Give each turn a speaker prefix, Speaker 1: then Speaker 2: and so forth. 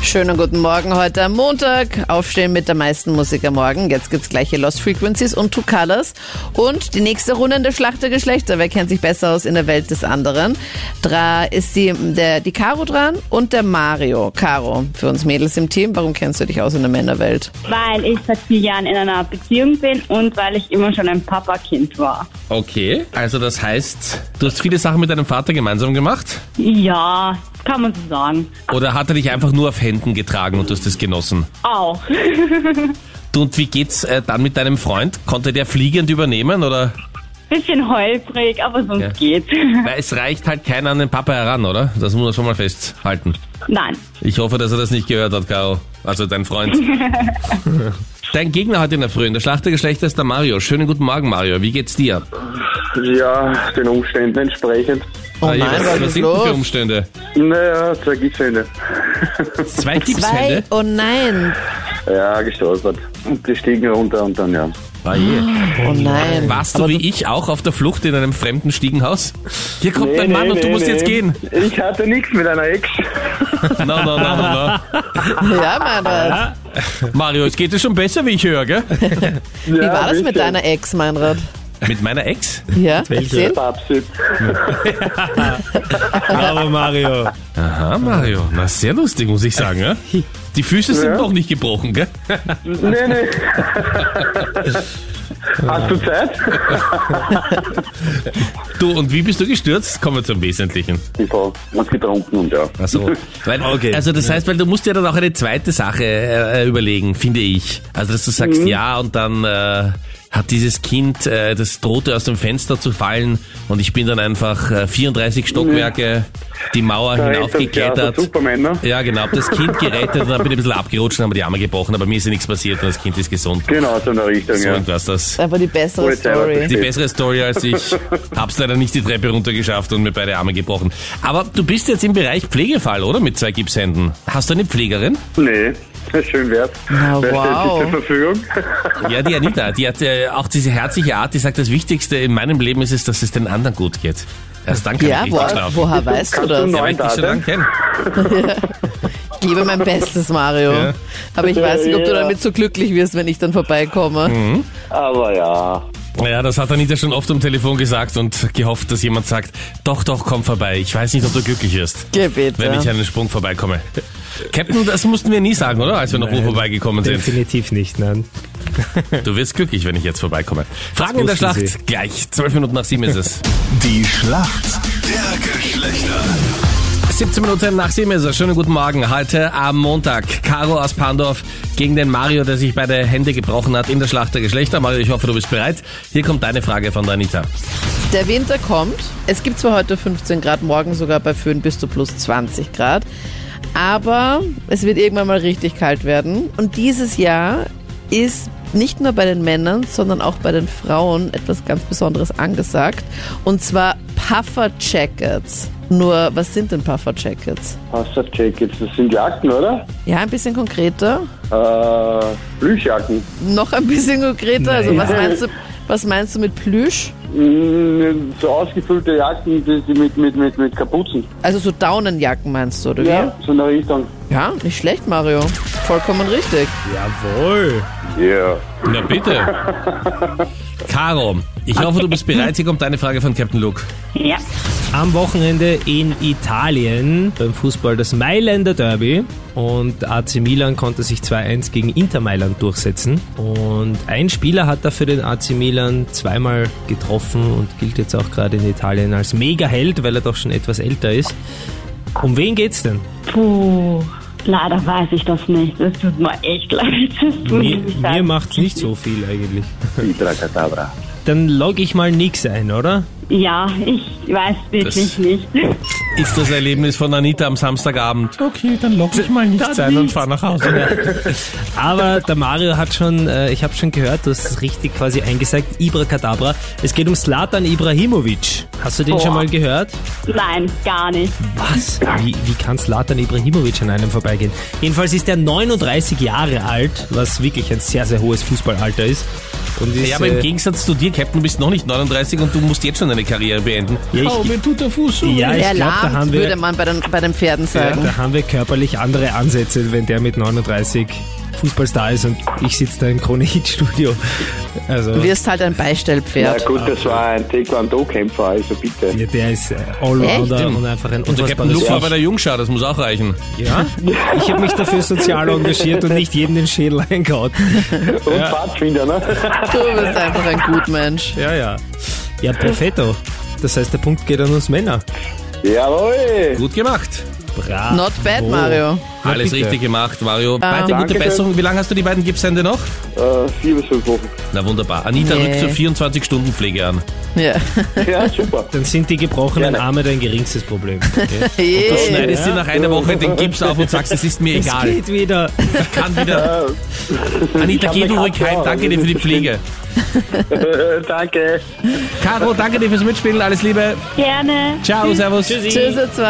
Speaker 1: Schönen guten Morgen heute am Montag. Aufstehen mit der meisten Musik am Morgen. Jetzt gibt's gleich hier Lost Frequencies und Two Colors. Und die nächste Runde in der Schlacht der Geschlechter. Wer kennt sich besser aus in der Welt des anderen? Da ist die, der, die Caro dran und der Mario. Caro, für uns Mädels im Team, warum kennst du dich aus in der Männerwelt?
Speaker 2: Weil ich seit vier Jahren in einer Beziehung bin und weil ich immer schon ein Papakind war.
Speaker 3: Okay, also das heißt, du hast viele Sachen mit deinem Vater gemeinsam gemacht?
Speaker 2: Ja, kann man so sagen.
Speaker 3: Oder hat er dich einfach nur auf Händen getragen und du hast es genossen?
Speaker 2: Auch.
Speaker 3: Du, und wie geht's äh, dann mit deinem Freund? Konnte der fliegend übernehmen oder?
Speaker 2: Bisschen holprig, aber sonst
Speaker 3: Ja.
Speaker 2: geht's.
Speaker 3: Weil es reicht halt keiner an den Papa heran, oder? Das muss man schon mal festhalten.
Speaker 2: Nein.
Speaker 3: Ich hoffe, dass er das nicht gehört hat, Caro. Also dein Freund. Dein Gegner heute in der Früh in der Schlacht der Geschlechter ist der Mario. Schönen guten Morgen, Mario. Wie geht's dir?
Speaker 4: Ja, den Umständen entsprechend.
Speaker 1: Oh
Speaker 3: Ah, je,
Speaker 1: nein, was ist
Speaker 3: sind denn für
Speaker 1: los?
Speaker 3: Umstände?
Speaker 4: Naja, zwei Gipshände.
Speaker 3: Zwei
Speaker 1: Zwei,
Speaker 3: Tippshände?
Speaker 1: oh nein,
Speaker 4: Ja, gestolpert. Und die stiegen runter und dann, ja.
Speaker 3: Ah, je.
Speaker 1: oh nein.
Speaker 3: Warst du wie ich auch auf der Flucht in einem fremden Stiegenhaus? Hier kommt dein Mann und du musst jetzt gehen.
Speaker 4: Ich hatte nichts mit einer Ex.
Speaker 3: Na, na, na, na,
Speaker 1: Ja, Meinrad.
Speaker 3: na. Mario, es geht dir schon besser, wie ich höre, gell?
Speaker 1: Wie war das mit deiner Ex, Meinrad?
Speaker 3: Mit meiner Ex?
Speaker 1: Ja, erzähl.
Speaker 4: Babsit.
Speaker 5: Bravo, Mario.
Speaker 3: Aha, Mario. Na, sehr lustig, muss ich sagen, ja? Die Füße sind noch nicht gebrochen, gell?
Speaker 4: Nee, nee. Hast du Zeit?
Speaker 3: Du, und wie bist du gestürzt? Kommen wir zum Wesentlichen.
Speaker 4: Ich war was getrunken und ja.
Speaker 3: Ach so. Weil,
Speaker 5: Okay.
Speaker 3: Also das heißt, weil du musst dir dann auch eine zweite Sache äh, überlegen, finde ich. Also dass du sagst ja und dann äh, hat dieses Kind äh, das drohte aus dem Fenster zu fallen und ich bin dann einfach äh, 34 Stockwerke die Mauer hinaufgeklettert.
Speaker 4: Ja, Superman, ne?
Speaker 3: Ja, genau, hab das Kind gerettet und dann bin ich ein bisschen abgerutscht und habe die Arme gebrochen, aber mir ist ja nichts passiert und das Kind ist gesund.
Speaker 4: Genau, so in der Richtung,
Speaker 3: So
Speaker 4: ja.
Speaker 3: irgendwas, das.
Speaker 1: Aber die bessere
Speaker 4: Wollte selber
Speaker 1: Story.
Speaker 3: Die bessere Story als ich. Hab's leider nicht die Treppe runtergeschafft und mir beide Arme gebrochen. Aber du bist jetzt im Bereich Pflegefall, oder? Mit zwei Gipshänden. Hast du eine Pflegerin?
Speaker 4: Nee. Schön wert.
Speaker 1: Na, Ah,
Speaker 4: Wer
Speaker 1: wow.
Speaker 4: stellt sich zur Verfügung?
Speaker 3: Ja, die Anita, die hat äh, auch diese herzliche Art, die sagt, das Wichtigste in meinem Leben ist es, dass es den anderen gut geht. Erst dann kann
Speaker 1: Ja,
Speaker 3: ich
Speaker 1: wo,
Speaker 3: richtig schlafen.
Speaker 1: woher weißt du
Speaker 4: Kannst du
Speaker 1: das?
Speaker 4: noch-
Speaker 3: Ja, weil ich dich schon lange kenne.
Speaker 1: gebe mein Bestes, Mario.
Speaker 3: Ja.
Speaker 1: Aber ich weiß nicht, ob du
Speaker 4: Ja.
Speaker 1: damit so glücklich wirst, wenn ich dann vorbeikomme.
Speaker 3: Hm.
Speaker 4: Aber ja.
Speaker 3: Ja, das hat Anita schon oft am Telefon gesagt und gehofft, dass jemand sagt, doch, doch, komm vorbei. Ich weiß nicht, ob du glücklich wirst,
Speaker 1: Geh bitte.
Speaker 3: wenn ich an den Sprung vorbeikomme. Captain, das mussten wir nie sagen, oder? Als wir noch wo
Speaker 5: Nein.
Speaker 3: vorbeigekommen sind.
Speaker 5: Definitiv nicht, nein.
Speaker 3: Du wirst glücklich, wenn ich jetzt vorbeikomme. Fragen in der
Speaker 5: Das
Speaker 3: Schlacht
Speaker 5: wussten
Speaker 3: gleich. Zwölf Minuten nach sieben ist es.
Speaker 6: Die Schlacht der Geschlechter.
Speaker 3: 17 Minuten nach sieben ist es. Schönen guten Morgen. Heute am Montag. Caro aus Pandorf gegen den Mario, der sich beide Hände gebrochen hat in der Schlacht der Geschlechter. Mario, ich hoffe, du bist bereit. Hier kommt deine Frage von der Anita. halt-
Speaker 1: Der Winter kommt. Es gibt zwar heute 15 Grad, morgen sogar bei Föhn bis zu plus 20 Grad. Aber es wird irgendwann mal richtig kalt werden. Und dieses Jahr ist nicht nur bei den Männern, sondern auch bei den Frauen etwas ganz Besonderes angesagt. Und zwar Puffer Jackets. Nur, was sind denn Puffer Jackets?
Speaker 4: Wasserjackets, das sind Jacken, oder?
Speaker 1: Ja, ein bisschen konkreter.
Speaker 4: Äh, Plüschjacken.
Speaker 1: Noch ein bisschen konkreter. Also,
Speaker 5: Naja.
Speaker 1: was meinst du, was meinst du mit Plüsch?
Speaker 4: Mm, So ausgefüllte Jacken die die mit, mit, mit, mit Kapuzen.
Speaker 1: Also, so Daunenjacken meinst du, oder wie?
Speaker 4: So in der Richtung.
Speaker 1: Ja, nicht schlecht, Mario. Vollkommen richtig.
Speaker 5: Jawohl.
Speaker 4: Ja. Yeah.
Speaker 3: Na bitte. Caro, ich hoffe, du bist bereit. Hier kommt deine Frage von Captain Luke.
Speaker 2: Ja.
Speaker 5: Am Wochenende in Italien beim Fußball das Mailänder Derby und AC Milan konnte sich 2-1 gegen Inter Mailand durchsetzen und ein Spieler hat da für den AC Milan zweimal getroffen und gilt jetzt auch gerade in Italien als Mega-Held, weil er doch schon etwas älter ist. Um wen geht's denn?
Speaker 2: Puh. Leider weiß ich das nicht. Das tut mir echt leid. Das tut
Speaker 5: Mir,
Speaker 2: nicht
Speaker 5: mir
Speaker 2: leid.
Speaker 5: macht's nicht so viel eigentlich.
Speaker 4: Hydra Cadabra.
Speaker 5: Dann log ich mal nix ein, oder?
Speaker 2: Ja, ich weiß wirklich
Speaker 3: Das-
Speaker 2: nicht.
Speaker 3: Ist das Erlebnis von Anita am Samstagabend? Okay, dann lock ich mal nicht sein und fahr nach Hause.
Speaker 5: Aber der Mario hat schon, äh, ich habe schon gehört, du hast es richtig quasi eingesagt, Ibra Kadabra. Es geht um Slatan Ibrahimovic. Hast du den schon mal gehört?
Speaker 2: Nein, gar nicht.
Speaker 5: Was? Wie, wie kann Slatan Ibrahimovic an einem vorbeigehen? Jedenfalls ist er 39 Jahre alt, was wirklich ein sehr, sehr hohes Fußballalter ist. Und ist,
Speaker 3: Ja, aber im
Speaker 5: äh,
Speaker 3: Gegensatz zu dir, Captain, du bist noch nicht 39 und du musst jetzt schon deine Karriere beenden.
Speaker 5: Ja, ich-
Speaker 3: mir tut der Fuß. weh.
Speaker 5: ja, ich glaube, da
Speaker 1: Erlahmt,
Speaker 5: haben
Speaker 1: würde
Speaker 5: wir,
Speaker 1: man bei den, bei den Pferden
Speaker 5: ja,
Speaker 1: sagen.
Speaker 5: da haben wir körperlich andere Ansätze, wenn der mit 39 Fußballstar ist und ich sitze da im Krone-Hit-Studio. Also,
Speaker 1: Du wirst halt ein Beistellpferd.
Speaker 4: Na gut, das war ein Taekwondo-Kämpfer, also bitte.
Speaker 5: ja, der ist äh, Allrounder
Speaker 3: Echt?
Speaker 5: und einfach ein
Speaker 3: Und der Also Captain
Speaker 5: unfassbares
Speaker 3: Luke war
Speaker 5: Gesicht.
Speaker 3: bei der Jungschar, das muss auch reichen.
Speaker 5: Ja, ich habe mich dafür sozial engagiert und nicht jedem den Schädel eingehaut.
Speaker 4: Und Pfadfinder, ne?
Speaker 1: Du bist einfach ein Gutmensch.
Speaker 5: Ja, ja. Ja, perfetto. Das heißt, der Punkt geht an uns Männer.
Speaker 4: Jawohl!
Speaker 3: Gut gemacht.
Speaker 5: Bravo.
Speaker 1: Not bad,
Speaker 5: Oh.
Speaker 1: Mario.
Speaker 5: Na,
Speaker 3: Alles
Speaker 5: bitte.
Speaker 3: richtig gemacht, Mario. Weiter gute
Speaker 4: Dankeschön.
Speaker 3: Besserung. Wie lange hast du die beiden Gipshände noch?
Speaker 4: Äh, vier bis fünf Wochen.
Speaker 3: Na wunderbar. Anita
Speaker 1: Nee.
Speaker 3: rückt zur 24-Stunden-Pflege an.
Speaker 1: Ja.
Speaker 4: Ja, super.
Speaker 5: Dann sind die gebrochenen Arme dein geringstes Problem. Okay?
Speaker 1: Yeah.
Speaker 3: Schneidest dir nach einer Woche den Gips auf und sagst, es ist mir
Speaker 5: Es
Speaker 3: egal.
Speaker 5: geht wieder.
Speaker 3: Ich kann wieder. Anita,
Speaker 4: hab
Speaker 3: geh
Speaker 4: eine
Speaker 3: du ruhig
Speaker 4: Katze
Speaker 3: heim.
Speaker 4: auch,
Speaker 3: Danke
Speaker 4: das
Speaker 3: dir für
Speaker 4: ist
Speaker 3: die Pflege.
Speaker 4: Danke.
Speaker 3: Caro, danke dir fürs Mitspielen. Alles Liebe.
Speaker 2: Gerne.
Speaker 3: Ciao, servus.
Speaker 1: Tschüss, ihr zwei.